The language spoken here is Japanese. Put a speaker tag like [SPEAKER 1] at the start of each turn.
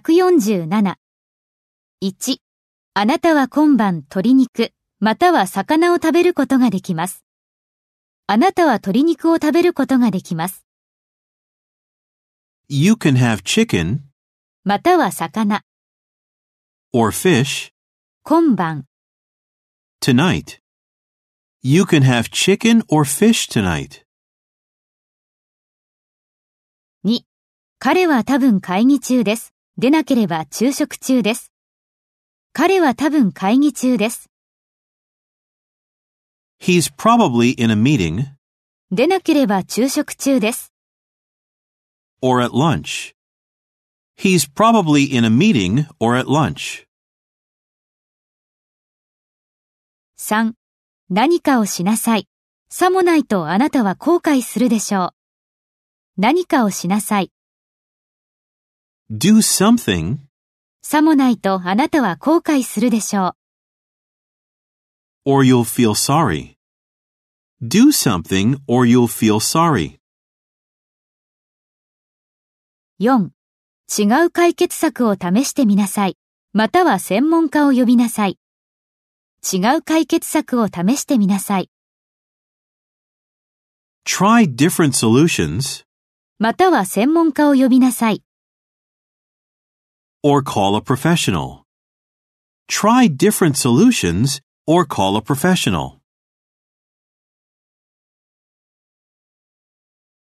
[SPEAKER 1] 147。1. あなたは今晩鶏肉、または魚を食べることができます。あなたは鶏肉を食べることができます。
[SPEAKER 2] You can have chicken
[SPEAKER 1] または魚、
[SPEAKER 2] or fish
[SPEAKER 1] 今晩、
[SPEAKER 2] tonight. You can have chicken or fish tonight.
[SPEAKER 1] 2. 彼は多分会議中です。でなければ昼食中です。彼は多分会議中です。
[SPEAKER 2] He's probably in a meeting
[SPEAKER 1] でなければ昼食中です。
[SPEAKER 2] or at lunch. He's probably in a meeting or at lunch.
[SPEAKER 1] 3. 何かをしなさい。さもないとあなたは後悔するでしょう。何かをしなさい。
[SPEAKER 2] Do something
[SPEAKER 1] さもないとあなたは後悔するでしょう。
[SPEAKER 2] or you'll feel sorry. Do something or you'll feel sorry.
[SPEAKER 1] 4. 違う解決策を試してみなさい。または専門家を呼びなさい。違う解決策を試してみなさい。
[SPEAKER 2] Try different solutions
[SPEAKER 1] または専門家を呼びなさい。
[SPEAKER 2] or call a professional. Try different solutions or call a professional.